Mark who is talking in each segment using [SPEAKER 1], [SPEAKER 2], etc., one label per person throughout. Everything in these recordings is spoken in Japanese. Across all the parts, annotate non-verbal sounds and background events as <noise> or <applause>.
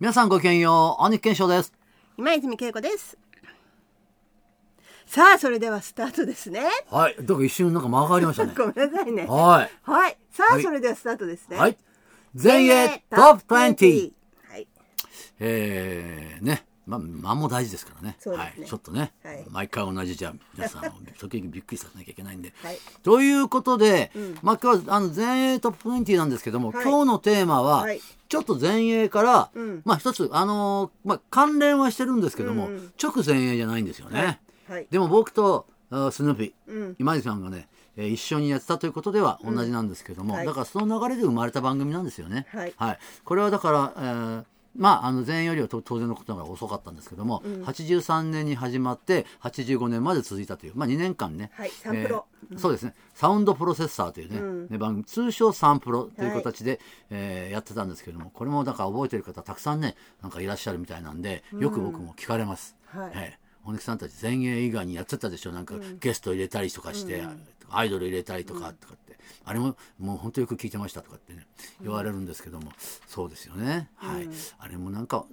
[SPEAKER 1] 皆さんごきげんよう、兄貴健翔です。
[SPEAKER 2] 今泉恵子ですさあそれではスタートですね。
[SPEAKER 1] はい、だから一瞬なんか間がありましたね
[SPEAKER 2] ごめんなさいね
[SPEAKER 1] は
[SPEAKER 2] はいさあ、
[SPEAKER 1] はい
[SPEAKER 2] それではスタートです
[SPEAKER 1] い。
[SPEAKER 2] ね
[SPEAKER 1] はい。全英トップ 20!
[SPEAKER 2] はい
[SPEAKER 1] えー、ね。まあ、間も大事ですからね。
[SPEAKER 2] そうです
[SPEAKER 1] は
[SPEAKER 2] ね
[SPEAKER 1] い。ちょっとね、
[SPEAKER 2] はい
[SPEAKER 1] 毎回同じじゃ、皆さん、 <laughs> 時々びっくりさせなきゃいけないんで。
[SPEAKER 2] はい
[SPEAKER 1] ということで、まあ今日はあの全英トップ20なんですけども、
[SPEAKER 2] はい
[SPEAKER 1] 今日のテーマは、
[SPEAKER 2] はい
[SPEAKER 1] ちょっと全英から、
[SPEAKER 2] うん
[SPEAKER 1] まあ一つ、あのーまあ関連はしてるんですけども、
[SPEAKER 2] うんうん
[SPEAKER 1] 直前英じゃないんですよね。
[SPEAKER 2] はい
[SPEAKER 1] でも僕とあスヌーピー、
[SPEAKER 2] うん
[SPEAKER 1] 今井さんがね、えー一緒にやってたということでは同じなんですけども、
[SPEAKER 2] はい
[SPEAKER 1] だからその流れで生まれた番組なんですよね。
[SPEAKER 2] はい
[SPEAKER 1] これはだから、えーまあ、あの前よりはと当然のことが遅かったんですけども、83年に始まって85年まで続いたという、まあ、2年間ね、
[SPEAKER 2] はいサンプロ
[SPEAKER 1] えーそうですねサウンドプロセッサーというね,、
[SPEAKER 2] うん
[SPEAKER 1] ね番組通称サンプロという形で、えーやってたんですけどもこれもだから覚えてる方たくさんねなんかいらっしゃるみたいなんでよく僕も聞かれます。
[SPEAKER 2] はい
[SPEAKER 1] ええおねきさんたち前衛以外にやってたでしょなんかゲスト入れたりとかして、アイドル入れたりとかとかって、あれももう本当よく聞いてましたとかってね言われるんですけども、そうですよねはい、あれもなんか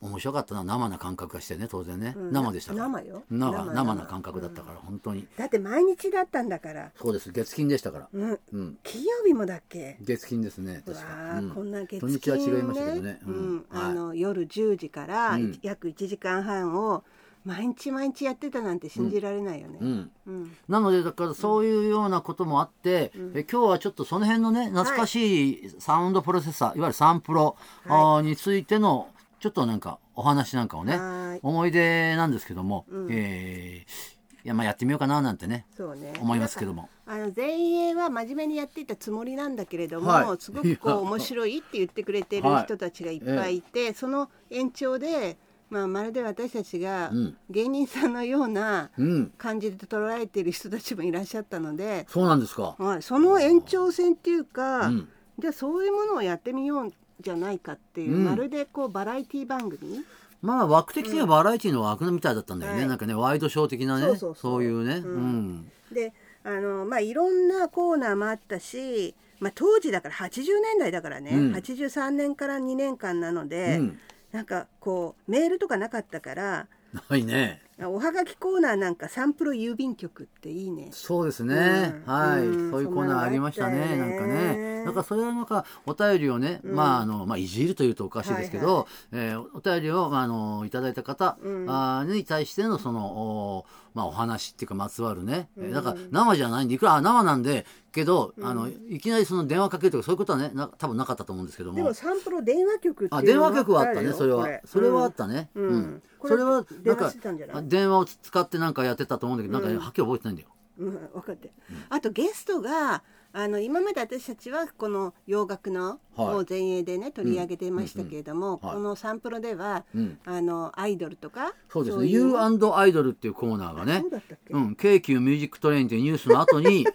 [SPEAKER 1] 面白かったな生な感覚がしてね当然ね、生でしたから
[SPEAKER 2] 生よ
[SPEAKER 1] 生
[SPEAKER 2] 生
[SPEAKER 1] 生
[SPEAKER 2] 生
[SPEAKER 1] な感覚だったから、本当に
[SPEAKER 2] だって毎日だったんだから
[SPEAKER 1] そうです月金でしたから、
[SPEAKER 2] うん
[SPEAKER 1] うん、
[SPEAKER 2] 金曜日もだっけ
[SPEAKER 1] 月金ですね
[SPEAKER 2] う
[SPEAKER 1] 確
[SPEAKER 2] わ
[SPEAKER 1] か、
[SPEAKER 2] あ、
[SPEAKER 1] うん
[SPEAKER 2] こんな月
[SPEAKER 1] 土
[SPEAKER 2] 金、ね、
[SPEAKER 1] 日は違いましたけどね、
[SPEAKER 2] うん
[SPEAKER 1] はい
[SPEAKER 2] あの夜10時から、
[SPEAKER 1] うん
[SPEAKER 2] い約1時間半を毎日毎日やってたなんて信じられないよね、
[SPEAKER 1] うん
[SPEAKER 2] うん
[SPEAKER 1] なのでだからそういうようなこともあって、え今日はちょっとその辺のね懐かしいサウンドプロセッサー、い、わゆるサンプロ、あーについてのちょっとなんかお話なんかをね
[SPEAKER 2] はい
[SPEAKER 1] 思い出なんですけども、えーいやまあやってみようかななんてね
[SPEAKER 2] そうね
[SPEAKER 1] 思いますけども
[SPEAKER 2] あの前衛は真面目にやっていたつもりなんだけれども、
[SPEAKER 1] はい
[SPEAKER 2] すごくこ
[SPEAKER 1] いうや
[SPEAKER 2] 面白いって言ってくれてる人たちがいっぱいいて、その延長で、まあ、まるで私たちが
[SPEAKER 1] うん
[SPEAKER 2] 芸人さんのような
[SPEAKER 1] うん
[SPEAKER 2] 感じで捉えている人たちもいらっしゃったので、
[SPEAKER 1] そうなんですか、
[SPEAKER 2] はい、その延長線っていうか、
[SPEAKER 1] うん
[SPEAKER 2] じゃあそういうものをやってみようじゃないかっていう、
[SPEAKER 1] うん
[SPEAKER 2] まるでこうバラエティ番組、
[SPEAKER 1] まあ枠的にはバラエティの枠みたいだったんだよね、
[SPEAKER 2] はい
[SPEAKER 1] なんかねワイドショー的なね
[SPEAKER 2] そ
[SPEAKER 1] そうう
[SPEAKER 2] そうそう
[SPEAKER 1] いうね、
[SPEAKER 2] う
[SPEAKER 1] うんん
[SPEAKER 2] であのまあいろんなコーナーもあったし、まあ、当時だから80年代だからね、
[SPEAKER 1] うん
[SPEAKER 2] 83年から2年間なので、
[SPEAKER 1] うん
[SPEAKER 2] なんかこうメールとかなかったから
[SPEAKER 1] ないね
[SPEAKER 2] おはがきコーナーなんかサンプル郵便局っていいね。
[SPEAKER 1] そうですね、
[SPEAKER 2] うん
[SPEAKER 1] はい、
[SPEAKER 2] うん
[SPEAKER 1] そういうコーナーありましたね
[SPEAKER 2] そんな
[SPEAKER 1] な
[SPEAKER 2] の
[SPEAKER 1] んか
[SPEAKER 2] あったよね
[SPEAKER 1] ねなんかそれはなんかお便りをね、まああのまあいじるというとおかしいですけど、えーお便りを、まあ、あのいただいた方、あーに対してのそのお,、まあ、お話っていうかまつわるね、えーだから生じゃないんでいくらあ生なんでけど、あのいきなりその電話かけるとかそういうことはねな多分なかったと思うんですけど
[SPEAKER 2] でもサンプル電話局って
[SPEAKER 1] あ
[SPEAKER 2] いう
[SPEAKER 1] 電
[SPEAKER 2] のも
[SPEAKER 1] 話局はあった
[SPEAKER 2] よ
[SPEAKER 1] ねそれは
[SPEAKER 2] こ
[SPEAKER 1] それはあ
[SPEAKER 2] う
[SPEAKER 1] っ
[SPEAKER 2] ん
[SPEAKER 1] たね
[SPEAKER 2] う
[SPEAKER 1] うんん、
[SPEAKER 2] これ
[SPEAKER 1] それは
[SPEAKER 2] 電
[SPEAKER 1] なん
[SPEAKER 2] 話
[SPEAKER 1] か
[SPEAKER 2] してたんじゃない
[SPEAKER 1] 電話を使ってなんかやってたと思うんだけど、なんかはっきり覚えてないんだよ
[SPEAKER 2] うん、分かって、あとゲストがあの今まで私たちはこの洋楽の
[SPEAKER 1] はい
[SPEAKER 2] を前衛でね、取り上げてましたけれども、
[SPEAKER 1] うんうんはい
[SPEAKER 2] このサンプロでは、
[SPEAKER 1] うん
[SPEAKER 2] あのアイドルとか
[SPEAKER 1] そうです
[SPEAKER 2] い
[SPEAKER 1] ね「You and Idol」っていうコーナーがね
[SPEAKER 2] そうだったっけ
[SPEAKER 1] うん、京急ミュージックトレインっていうニュースの後
[SPEAKER 2] <laughs>
[SPEAKER 1] に、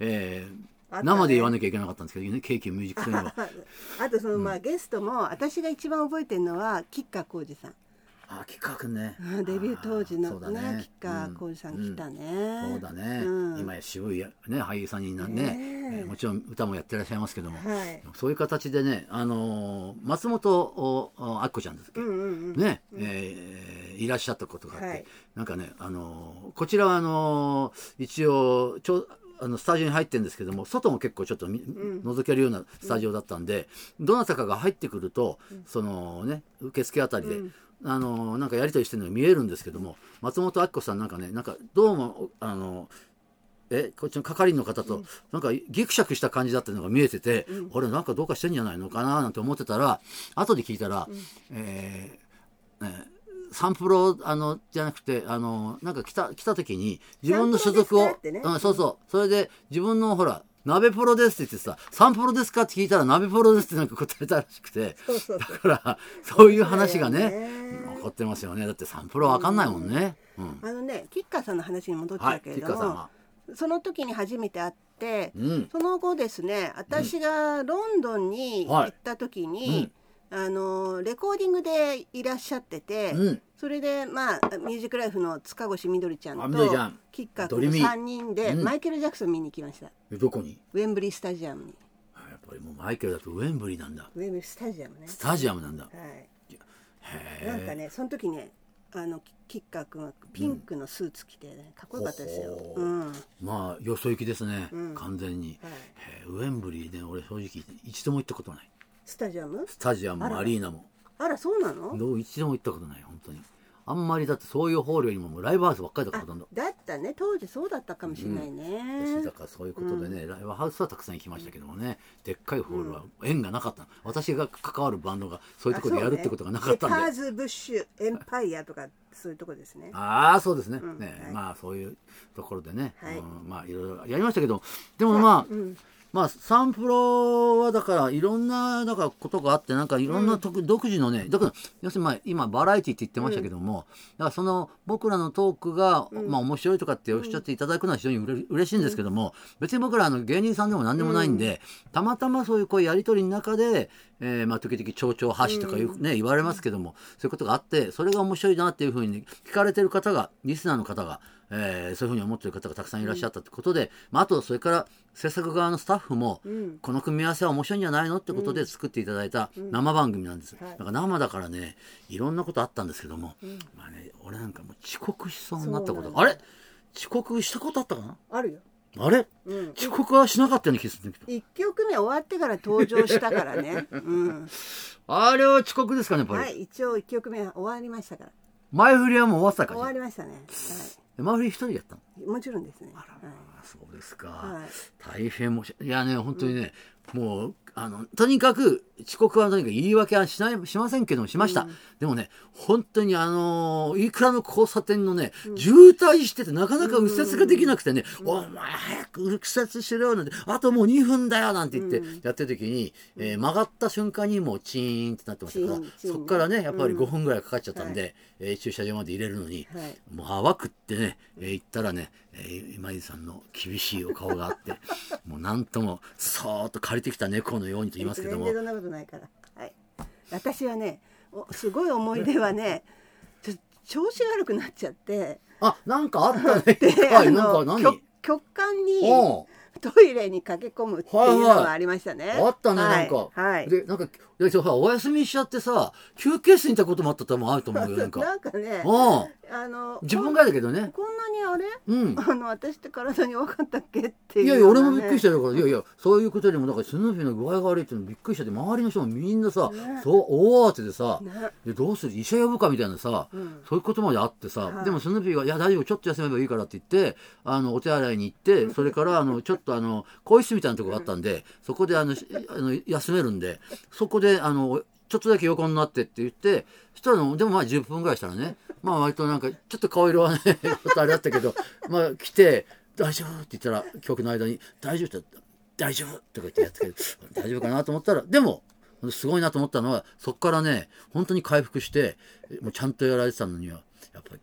[SPEAKER 1] え
[SPEAKER 2] あった
[SPEAKER 1] ー、
[SPEAKER 2] ね
[SPEAKER 1] 生で言わなきゃいけなかったんですけどね京急ミュージックトレイン
[SPEAKER 2] <laughs>
[SPEAKER 1] は
[SPEAKER 2] あとそのまあゲストも私が一番覚えてるのは吉川浩司さん
[SPEAKER 1] あ吉川君ね
[SPEAKER 2] うんデビュー当時
[SPEAKER 1] あーそ
[SPEAKER 2] の
[SPEAKER 1] うだ
[SPEAKER 2] ね
[SPEAKER 1] ね
[SPEAKER 2] 吉川浩司さん来たね、
[SPEAKER 1] うんそうだね、
[SPEAKER 2] うん
[SPEAKER 1] 今や渋い、ね、俳優さんになね
[SPEAKER 2] ねえ
[SPEAKER 1] えーもちろん歌もやってらっしゃいますけども、
[SPEAKER 2] はい
[SPEAKER 1] そういう形でね、あのー松本おおあっこちゃんですっけ、
[SPEAKER 2] うんうんうん
[SPEAKER 1] ね、えーいらっしゃったことがあって、
[SPEAKER 2] はい
[SPEAKER 1] なんかね、あのーこちらはあのー一応ちょあのスタジオに入ってるんですけども外も結構ちょっとみ、覗けるようなスタジオだったんで、どなたかが入ってくると、そのね受付あたりで。あのーなんかやり取りしてるのが見えるんですけども松本明子さんなんかねなんかどうもあのーえこっちの係員の方となんかギクシャクした感じだったのが見えてて、あれなんかどうかしてんじゃないのかななんて思ってたら後で聞いたら、えーサンプロあのじゃなくてあのなんか来た来た時に自分の所属
[SPEAKER 2] サ
[SPEAKER 1] を、
[SPEAKER 2] ンプロですかってね
[SPEAKER 1] うん、そうそうそれで自分のほら鍋プロですって言ってさ、サンプロですかって聞いたら鍋プロですってなんか答えたらしくて、
[SPEAKER 2] そうそう
[SPEAKER 1] だからそういう話が
[SPEAKER 2] そうだよ
[SPEAKER 1] ね
[SPEAKER 2] ね、
[SPEAKER 1] 残ってますよね。だってサンプロわかんないもんね。うん。
[SPEAKER 2] あのね吉川さんの話に戻っちゃうけれども、
[SPEAKER 1] はい吉川
[SPEAKER 2] その時に初めて会って、
[SPEAKER 1] うん
[SPEAKER 2] その後ですね私がロンドンに行った時に、あのレコーディングでいらっしゃってて、
[SPEAKER 1] うん
[SPEAKER 2] それでまあミュージックライフの塚越みどりちゃ
[SPEAKER 1] あ
[SPEAKER 2] ん
[SPEAKER 1] みどり
[SPEAKER 2] と
[SPEAKER 1] ちゃん
[SPEAKER 2] 吉川
[SPEAKER 1] ドリ
[SPEAKER 2] 君の
[SPEAKER 1] ミー
[SPEAKER 2] 3人で、
[SPEAKER 1] うん
[SPEAKER 2] マイケル・ジャクソン見に行きました
[SPEAKER 1] えどこに？
[SPEAKER 2] ウェンブリースタジアムに
[SPEAKER 1] あやっぱりもうマイケルだとウェンブリーなんだ。
[SPEAKER 2] ウェンブリースタジアムね
[SPEAKER 1] スタジアムなんだ。
[SPEAKER 2] はいなんかねその時ねあのキッカー君はピンクのスーツ着て、ね、かっこよかったですよ。
[SPEAKER 1] ほほ
[SPEAKER 2] うん、
[SPEAKER 1] まあよそ行きですね、
[SPEAKER 2] うん
[SPEAKER 1] 完全に、
[SPEAKER 2] はい
[SPEAKER 1] えーウェンブリーで俺正直一度も行ったことない
[SPEAKER 2] スタジアム
[SPEAKER 1] スタジアム
[SPEAKER 2] あら
[SPEAKER 1] もアリーナも
[SPEAKER 2] あらそうなの
[SPEAKER 1] どう一度も行ったことない本当にあんまりだってそういうホールよりももうライブハウスばっかりだからほとんど
[SPEAKER 2] だったね当時そうだったかもしれない
[SPEAKER 1] 私
[SPEAKER 2] ね
[SPEAKER 1] だ。からそういうことでね、ライブハウスはたくさん行きましたけどもね、でっかいホールは縁がなかったの私が関わるバンドがそういうところでやるってことがなかったんで
[SPEAKER 2] あそうねでカーズ・ブッシュエンパイアとかそういうとこですね。
[SPEAKER 1] ああそうですね,、
[SPEAKER 2] ん
[SPEAKER 1] ね
[SPEAKER 2] はい
[SPEAKER 1] まあそういうところでね、
[SPEAKER 2] はい
[SPEAKER 1] うんまあいろいろやりましたけどでもまあ、
[SPEAKER 2] うん
[SPEAKER 1] まあサンプロはだからいろんなだからことがあってなんかいろんな特、独自のねだから要するにまあ今バラエティって言ってましたけども、だからその僕らのトークが、まあ面白いとかっておっしゃっていただくのは非常にうれ嬉しいんですけども、別に僕らあの芸人さんでも何でもないんで、たまたまそういうこうやり取りの中で、えーまあ時々蝶々発しとかいう、ね言われますけどもそういうことがあってそれが面白いなっていうふうに聞かれてる方がリスナーの方が。えーそういうふうに思ってる方がたくさんいらっしゃったってことで、まあ、あとそれから制作側のスタッフも、
[SPEAKER 2] うん
[SPEAKER 1] この組み合わせは面白いんじゃないのってことで作っていただいた生番組なんです、
[SPEAKER 2] はい
[SPEAKER 1] だから生だからねいろんなことあったんですけども、まあね、俺なんかもう遅刻しそうになったこと
[SPEAKER 2] そう
[SPEAKER 1] あれ遅刻したことあったかな
[SPEAKER 2] あるよ。
[SPEAKER 1] あれ
[SPEAKER 2] うん
[SPEAKER 1] 遅刻はしなかったような気がするんだけど
[SPEAKER 2] 一曲目終わってから登場したからね。うん、
[SPEAKER 1] あれは遅刻ですかねやっぱり、
[SPEAKER 2] はい一応一曲目は終わりましたから。
[SPEAKER 1] 前振りはもう終わってたか
[SPEAKER 2] 終わ
[SPEAKER 1] ら
[SPEAKER 2] りましたね。
[SPEAKER 1] 前振り一人やったの
[SPEAKER 2] はいもちろんですね。はい
[SPEAKER 1] あそうですか、
[SPEAKER 2] はい
[SPEAKER 1] 大変申しいやね本当にね、もうあのとにかく遅刻はとにかく言い訳はしないしませんけどもしました、でもね本当にあのーいくらの交差点のね、渋滞しててなかなか右折ができなくてね「お前早く右折しろよ」なんて「あともう2分だよ」なんて言ってやってる時に、えー曲がった瞬間にもうチーンってなってましたから
[SPEAKER 2] チーンチーン
[SPEAKER 1] そっからねやっぱり5分ぐらいかかっちゃったんで、えー駐車場まで入れるのに、
[SPEAKER 2] はい
[SPEAKER 1] もう淡くってね、えー行ったらね、えー今井さんの厳しいお顔があって <laughs> もうなんともそーっと借りてきた猫のようにと言いますけども
[SPEAKER 2] 全然そんなことないから。はい。私はね、おすごい思い出はね、
[SPEAKER 1] <laughs>
[SPEAKER 2] ちょ調子悪くなっちゃって、
[SPEAKER 1] あなんかあったね
[SPEAKER 2] <laughs> で、
[SPEAKER 1] は
[SPEAKER 2] あ
[SPEAKER 1] いなんか
[SPEAKER 2] の
[SPEAKER 1] 何
[SPEAKER 2] 極極端に
[SPEAKER 1] おう
[SPEAKER 2] トイレに駆け込むっていうの
[SPEAKER 1] はいはい
[SPEAKER 2] がありましたね。
[SPEAKER 1] あったね、
[SPEAKER 2] はい
[SPEAKER 1] なんか、
[SPEAKER 2] はい。
[SPEAKER 1] でなんかでそうほらお休みしちゃってさ休憩室にいたこともあったともあると思うよなんか
[SPEAKER 2] <laughs> なんかね、
[SPEAKER 1] お
[SPEAKER 2] あの
[SPEAKER 1] 自分がだけどね
[SPEAKER 2] こんこんなにあれ、
[SPEAKER 1] うん
[SPEAKER 2] <laughs> あの私って体に弱かったっけっていう
[SPEAKER 1] いやいや
[SPEAKER 2] よう
[SPEAKER 1] 俺
[SPEAKER 2] な
[SPEAKER 1] も
[SPEAKER 2] ね
[SPEAKER 1] びっくりしたよだからいやいやそういうことよりもなんかスヌーフィーの具合が悪いっていうのびっくりしちゃって周りの人もみんなさ、
[SPEAKER 2] ね
[SPEAKER 1] そう大慌てでさ、
[SPEAKER 2] ね
[SPEAKER 1] でどうする医者呼ぶかみたいなさ、
[SPEAKER 2] うん
[SPEAKER 1] そういうことまであってさ、
[SPEAKER 2] はい
[SPEAKER 1] でもスヌーピーが「いや大丈夫ちょっと休めばいいから」って言ってあのお手洗いに行ってそれからあのちょっとあの更衣室みたいなとこがあったんでそこであのしあの休めるんでそこであのちょっとだけ横になってって言ってそしたらのでもまあ10分ぐらいしたらねまあ割となんかちょっと顔色はね <laughs> ちょっとあれだったけどまあ来て「大丈夫」って言ったら曲の間に「大丈夫」って大丈夫とか言ってやってる <laughs> 大丈夫かなと思ったらでもすごいなと思ったのはそこからね本当に回復してもうちゃんとやられてたのにはやっぱり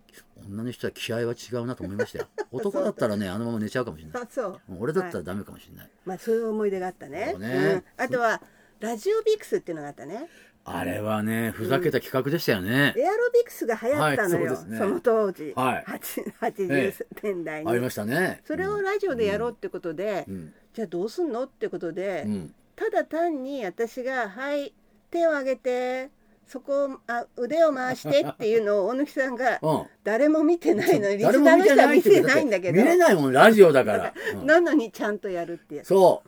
[SPEAKER 1] 女の人は気合は違うなと思いま
[SPEAKER 2] <laughs>
[SPEAKER 1] したよ男だったらねあのまま寝ちゃうかもしれない
[SPEAKER 2] あそう
[SPEAKER 1] もう俺だったらダメかもしれない、
[SPEAKER 2] まあそういう思い出があったね
[SPEAKER 1] そうね
[SPEAKER 2] うんあとはラジオビクスっていうのがあったね
[SPEAKER 1] あれはねふざけた企画でしたよね、
[SPEAKER 2] エアロビクスが流行ったのよ、
[SPEAKER 1] はいそ
[SPEAKER 2] そう
[SPEAKER 1] ですね
[SPEAKER 2] の当時、
[SPEAKER 1] はい
[SPEAKER 2] 八八
[SPEAKER 1] え
[SPEAKER 2] 80年代に、
[SPEAKER 1] ありましたね
[SPEAKER 2] それをラジオでやろうってことで、
[SPEAKER 1] うん
[SPEAKER 2] じゃあどうすんのってことで、 <laughs>
[SPEAKER 1] うん
[SPEAKER 2] ただ単に私が「はい手を上げてそこをあ腕を回して」っていうのを大貫さんが
[SPEAKER 1] うん
[SPEAKER 2] 誰も見てないのにリス
[SPEAKER 1] 誰
[SPEAKER 2] ナー
[SPEAKER 1] も見て
[SPEAKER 2] の人は
[SPEAKER 1] ない
[SPEAKER 2] 見
[SPEAKER 1] って
[SPEAKER 2] て
[SPEAKER 1] 言って
[SPEAKER 2] ないんだけ
[SPEAKER 1] 見
[SPEAKER 2] ど
[SPEAKER 1] れないもんラジオだ
[SPEAKER 2] <laughs>
[SPEAKER 1] から、うん
[SPEAKER 2] なのにちゃんとやるってやつ
[SPEAKER 1] そ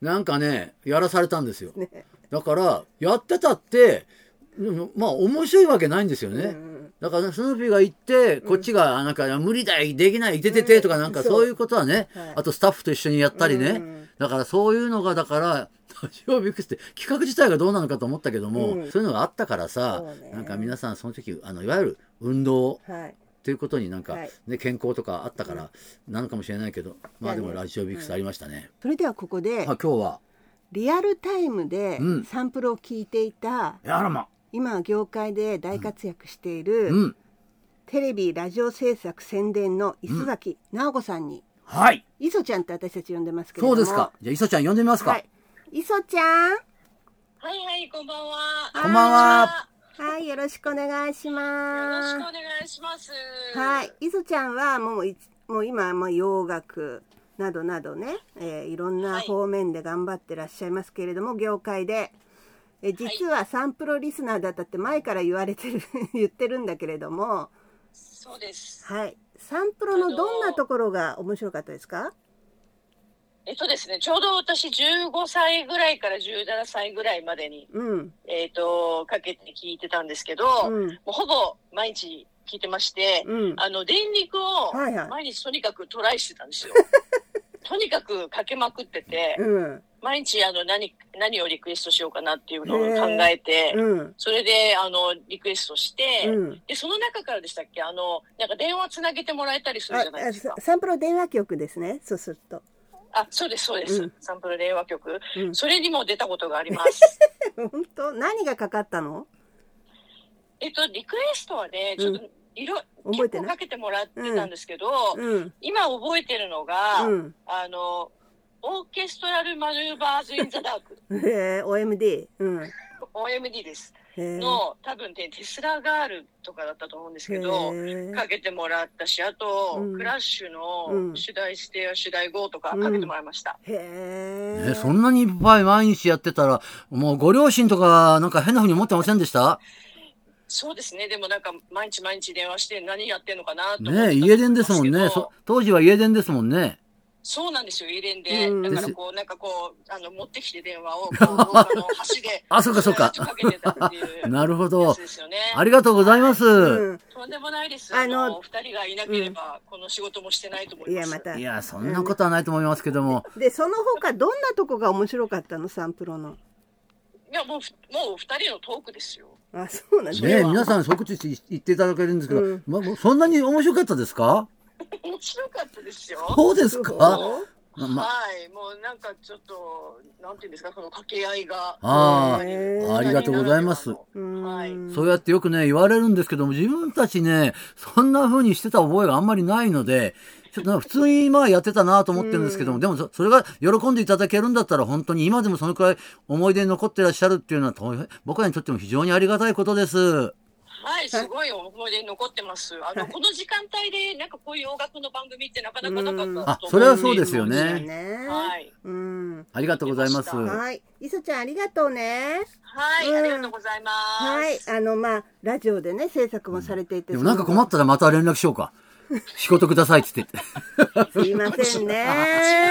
[SPEAKER 1] うなんかねやらされたんですよ
[SPEAKER 2] ね。
[SPEAKER 1] だからやってたってでもまあ面白いわけないんですよね、
[SPEAKER 2] うん
[SPEAKER 1] だからスヌーピーが行ってこっちがあなんか無理だいできないいてててとかなんか
[SPEAKER 2] そう
[SPEAKER 1] そういうことはね、
[SPEAKER 2] はい
[SPEAKER 1] あとスタッフと一緒にやったりね、
[SPEAKER 2] うん
[SPEAKER 1] だからそういうのがだから <laughs> ラジオビックスって企画自体がどうなのかと思ったけども、
[SPEAKER 2] うん
[SPEAKER 1] そういうのがあったからさ、
[SPEAKER 2] そうね
[SPEAKER 1] なんか皆さんその時あのいわゆる運動
[SPEAKER 2] はい
[SPEAKER 1] ということになんか、
[SPEAKER 2] はい
[SPEAKER 1] ね、健康とかあったからなのかもしれないけど、まあでも
[SPEAKER 2] いやね
[SPEAKER 1] ラジオビックスありましたね。
[SPEAKER 2] それではここで
[SPEAKER 1] あ今日は
[SPEAKER 2] リアルタイムで
[SPEAKER 1] うん
[SPEAKER 2] サンプルを聞いていた
[SPEAKER 1] あらま
[SPEAKER 2] 今業界で大活躍している、
[SPEAKER 1] うん
[SPEAKER 2] テレビラジオ制作宣伝の磯崎直子さんに、
[SPEAKER 1] はい
[SPEAKER 2] 磯ちゃんって私たち呼んでますけれど
[SPEAKER 1] そ
[SPEAKER 2] も
[SPEAKER 1] うですかじゃあ磯ちゃん呼んでみますか、
[SPEAKER 2] はい磯ちゃん
[SPEAKER 3] はいはい、こんばんは。
[SPEAKER 1] こんばんは
[SPEAKER 2] はいよろしくお願いし
[SPEAKER 3] よろしくお
[SPEAKER 2] ま
[SPEAKER 3] 願いします。
[SPEAKER 2] すはい磯ちゃんはもういもう今もう洋楽などなどね、えーいろんな
[SPEAKER 3] はい
[SPEAKER 2] 方面で頑張ってらっしゃいますけれども、業界でえ実はサンプロリスナーだったって前から言われてる <laughs> 言ってるんだけれども
[SPEAKER 3] そうです。
[SPEAKER 2] はいサンプロのどんなところが面白かったですか
[SPEAKER 3] えっとですね、ちょうど私15歳ぐらいから17歳ぐらいまでに、
[SPEAKER 2] うん
[SPEAKER 3] えっ、と、かけて聞いてたんですけど、も
[SPEAKER 2] うん
[SPEAKER 3] うほぼ毎日聞いてまして、
[SPEAKER 2] うん
[SPEAKER 3] あの、電力を
[SPEAKER 2] はいはい
[SPEAKER 3] 毎日とにかくトライしてた
[SPEAKER 2] <laughs>
[SPEAKER 3] んですよ。とにかくかけまくってて、
[SPEAKER 2] うん
[SPEAKER 3] 毎日あの何、何をリクエストしようかなっていうのを考えて、
[SPEAKER 2] うん
[SPEAKER 3] それであの、リクエストして、
[SPEAKER 2] うん
[SPEAKER 3] で、その中からでしたっけあの、なんか電話つなげてもらえたりする
[SPEAKER 2] あ
[SPEAKER 3] じゃないですか
[SPEAKER 2] あ。サンプロ電話局ですねそうすると、
[SPEAKER 3] あ、そうです、そうです。
[SPEAKER 2] うん
[SPEAKER 3] サンプル電話局。
[SPEAKER 2] うん
[SPEAKER 3] それにも出たことがあり
[SPEAKER 2] <laughs>
[SPEAKER 3] ます。
[SPEAKER 2] 本当何がかかったの
[SPEAKER 3] えっと、リクエストはね、ちょっと、いろ、
[SPEAKER 2] 覚え
[SPEAKER 3] 結
[SPEAKER 2] て
[SPEAKER 3] 構
[SPEAKER 2] ない
[SPEAKER 3] かけてもらってたんですけど、
[SPEAKER 2] うん
[SPEAKER 3] 今覚えてるのが、
[SPEAKER 2] うん
[SPEAKER 3] あの、オーケストラルマヌーバーズ・イン・ザ・ダー
[SPEAKER 2] <laughs>
[SPEAKER 3] ク、
[SPEAKER 2] へえ OMD うんへ
[SPEAKER 3] OMD です。
[SPEAKER 2] え
[SPEAKER 3] の、多分ね、テスラガールとかだったと思うんですけど、
[SPEAKER 2] へえ
[SPEAKER 3] かけてもらったし、あと、
[SPEAKER 2] うん
[SPEAKER 3] クラッシュ
[SPEAKER 2] うん
[SPEAKER 3] の主題してや主題号とかかけてもらいました。
[SPEAKER 2] へ
[SPEAKER 1] ね、
[SPEAKER 2] え
[SPEAKER 1] そんなにいっぱい毎日やってたら、もうご両親とかなんか変な風に思ってませんでした
[SPEAKER 3] そうですね、でもなんか、毎日毎日電話して何やってんのかなと思ってたん
[SPEAKER 1] ね家電ですもん
[SPEAKER 3] け
[SPEAKER 1] ね。
[SPEAKER 3] ど
[SPEAKER 1] そ当時は家電ですもんね。。
[SPEAKER 3] そうなんですよ、家電で。
[SPEAKER 2] うん
[SPEAKER 3] だからこう、なんかこう、あの、持ってきて電話を、こう、あの、端で
[SPEAKER 1] あそうかそうか
[SPEAKER 3] ずーっとかけてたっていう。
[SPEAKER 1] なるほ
[SPEAKER 3] や
[SPEAKER 1] ど
[SPEAKER 3] つ。ですよね。
[SPEAKER 1] ありがとうございます。
[SPEAKER 2] うん
[SPEAKER 3] とんでもないです。
[SPEAKER 2] あ
[SPEAKER 3] あ
[SPEAKER 2] の
[SPEAKER 3] の、お二人がいなければ、この仕事もしてないと思い
[SPEAKER 2] い
[SPEAKER 3] ま
[SPEAKER 2] や
[SPEAKER 3] す。
[SPEAKER 2] また
[SPEAKER 1] いや、そんなことはないと思いますけども。
[SPEAKER 2] でその他どんなとこが面白かったのサンプロの
[SPEAKER 3] いやもう、ふもうお二人のトークですよ。
[SPEAKER 2] あそうなんだ、
[SPEAKER 1] ね
[SPEAKER 3] れは
[SPEAKER 1] 皆さん即知言っていただけるんですけど、
[SPEAKER 2] うん
[SPEAKER 1] まもうそんなに面白かったですか
[SPEAKER 3] 面白かったですよ。
[SPEAKER 1] そうですか
[SPEAKER 2] そう
[SPEAKER 1] まま
[SPEAKER 3] はい、もうなんかちょっと、なんていうんですか、その掛け合いが。
[SPEAKER 1] あ
[SPEAKER 2] ー
[SPEAKER 3] うん
[SPEAKER 2] あり
[SPEAKER 1] がとうございます
[SPEAKER 2] うーん
[SPEAKER 3] はい
[SPEAKER 1] そうやってよくね、言われるんですけども、自分たちね、そんな風にしてた覚えがあんまりないので、ちょっとなんか普通にまあやってたなと思ってるんですけども、でもそそれが喜んでいただけるんだったら本当に今でもそのくらい思い出に残ってらっしゃるっていうのはと僕らにとっても非常にありがたいことです。
[SPEAKER 3] はい、すごい思い出に残ってます。あの、この時間帯で、なんかこういう音楽の番組ってなかなかなかったと思うんで
[SPEAKER 1] あ、それはそうですよ
[SPEAKER 2] だ
[SPEAKER 1] ね。
[SPEAKER 2] ね
[SPEAKER 3] はい。
[SPEAKER 2] うん
[SPEAKER 1] ありがとうございます。は
[SPEAKER 2] はい磯ちゃんありがとうね
[SPEAKER 3] はい、
[SPEAKER 2] うん
[SPEAKER 3] ありがとうございます。
[SPEAKER 2] はいあのまあラジオでね制作もされていて
[SPEAKER 1] でもなんか困ったらまた連絡しようか。仕事くださいって言って。
[SPEAKER 2] すいませんね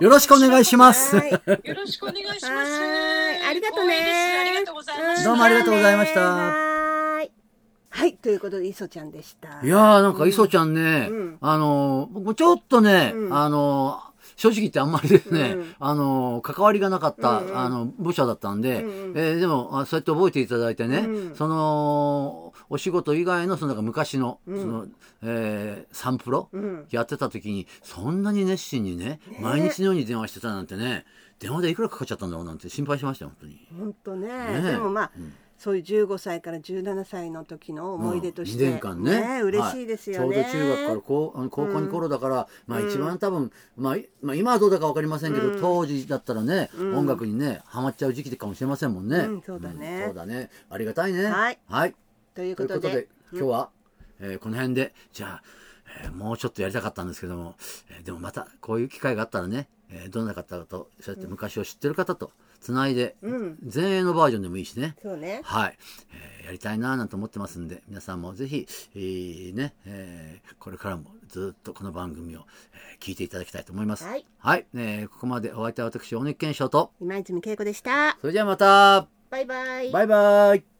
[SPEAKER 1] よろしくお願いしま
[SPEAKER 2] は
[SPEAKER 1] す。
[SPEAKER 2] い
[SPEAKER 3] よろしくお願いします。
[SPEAKER 2] はいありがとうね
[SPEAKER 3] 光栄ですありがとうございま
[SPEAKER 1] ん
[SPEAKER 3] す。
[SPEAKER 1] どうもありがとうございました
[SPEAKER 2] はいはいということで磯ちゃんでした
[SPEAKER 1] いやーなんか磯ちゃんね、
[SPEAKER 2] うん
[SPEAKER 1] あのー僕ちょっとね、
[SPEAKER 2] うん
[SPEAKER 1] あのー正直言ってあんまりですね、
[SPEAKER 2] うん
[SPEAKER 1] <laughs> あのー関わりがなかった、
[SPEAKER 2] うんうん
[SPEAKER 1] あの部署だったんで、
[SPEAKER 2] うんうん
[SPEAKER 1] えーでもあそうやって覚えていただいてね、
[SPEAKER 2] うん
[SPEAKER 1] そのお仕事以外のそのなんか昔の,、そのえーサンプロ、
[SPEAKER 2] うん
[SPEAKER 1] やってた時にそんなに熱心にね毎日のように電話してたなんてね電話でいくらかかっちゃったんだろうなんて心配しましたよ本当に。
[SPEAKER 2] 本当ね
[SPEAKER 1] ねえ
[SPEAKER 2] でもまあ、
[SPEAKER 1] うん
[SPEAKER 2] そういう15歳から17歳の時の思い出として、
[SPEAKER 1] うん二年間ね
[SPEAKER 2] え嬉しいですよね、
[SPEAKER 1] はいちょうど中学から高あの高校に頃だから、まあ一番多分、まあ、いまあ今はどうだかわかりませんけど、
[SPEAKER 2] うん
[SPEAKER 1] 当時だったらね、
[SPEAKER 2] うん
[SPEAKER 1] 音楽にねハマっちゃう時期かもしれませんもんね、
[SPEAKER 2] うんそうだね
[SPEAKER 1] んそうだねありがたいね
[SPEAKER 2] はい、という
[SPEAKER 1] と
[SPEAKER 2] こ
[SPEAKER 1] いうことと
[SPEAKER 2] で
[SPEAKER 1] で今日は、えーこの辺でじゃあ、えーもうちょっとやりたかったんですけども、えーでもまたこういう機会があったらね、えーどんな方とそうやって昔を知ってる方とつないで、
[SPEAKER 2] うん
[SPEAKER 1] 前衛のバージョンでもいいしね
[SPEAKER 2] そうね
[SPEAKER 1] はい、えーやりたいなぁなんて思ってますんで皆さんもぜひ、えーねえーこれからもずっとこの番組を、えー聞いていただきたいと思います。
[SPEAKER 2] はい、
[SPEAKER 1] えーここまでお相手は私大根健翔と
[SPEAKER 2] 今泉恵子でした
[SPEAKER 1] それじゃあまた
[SPEAKER 2] バイバイ
[SPEAKER 1] バイバイ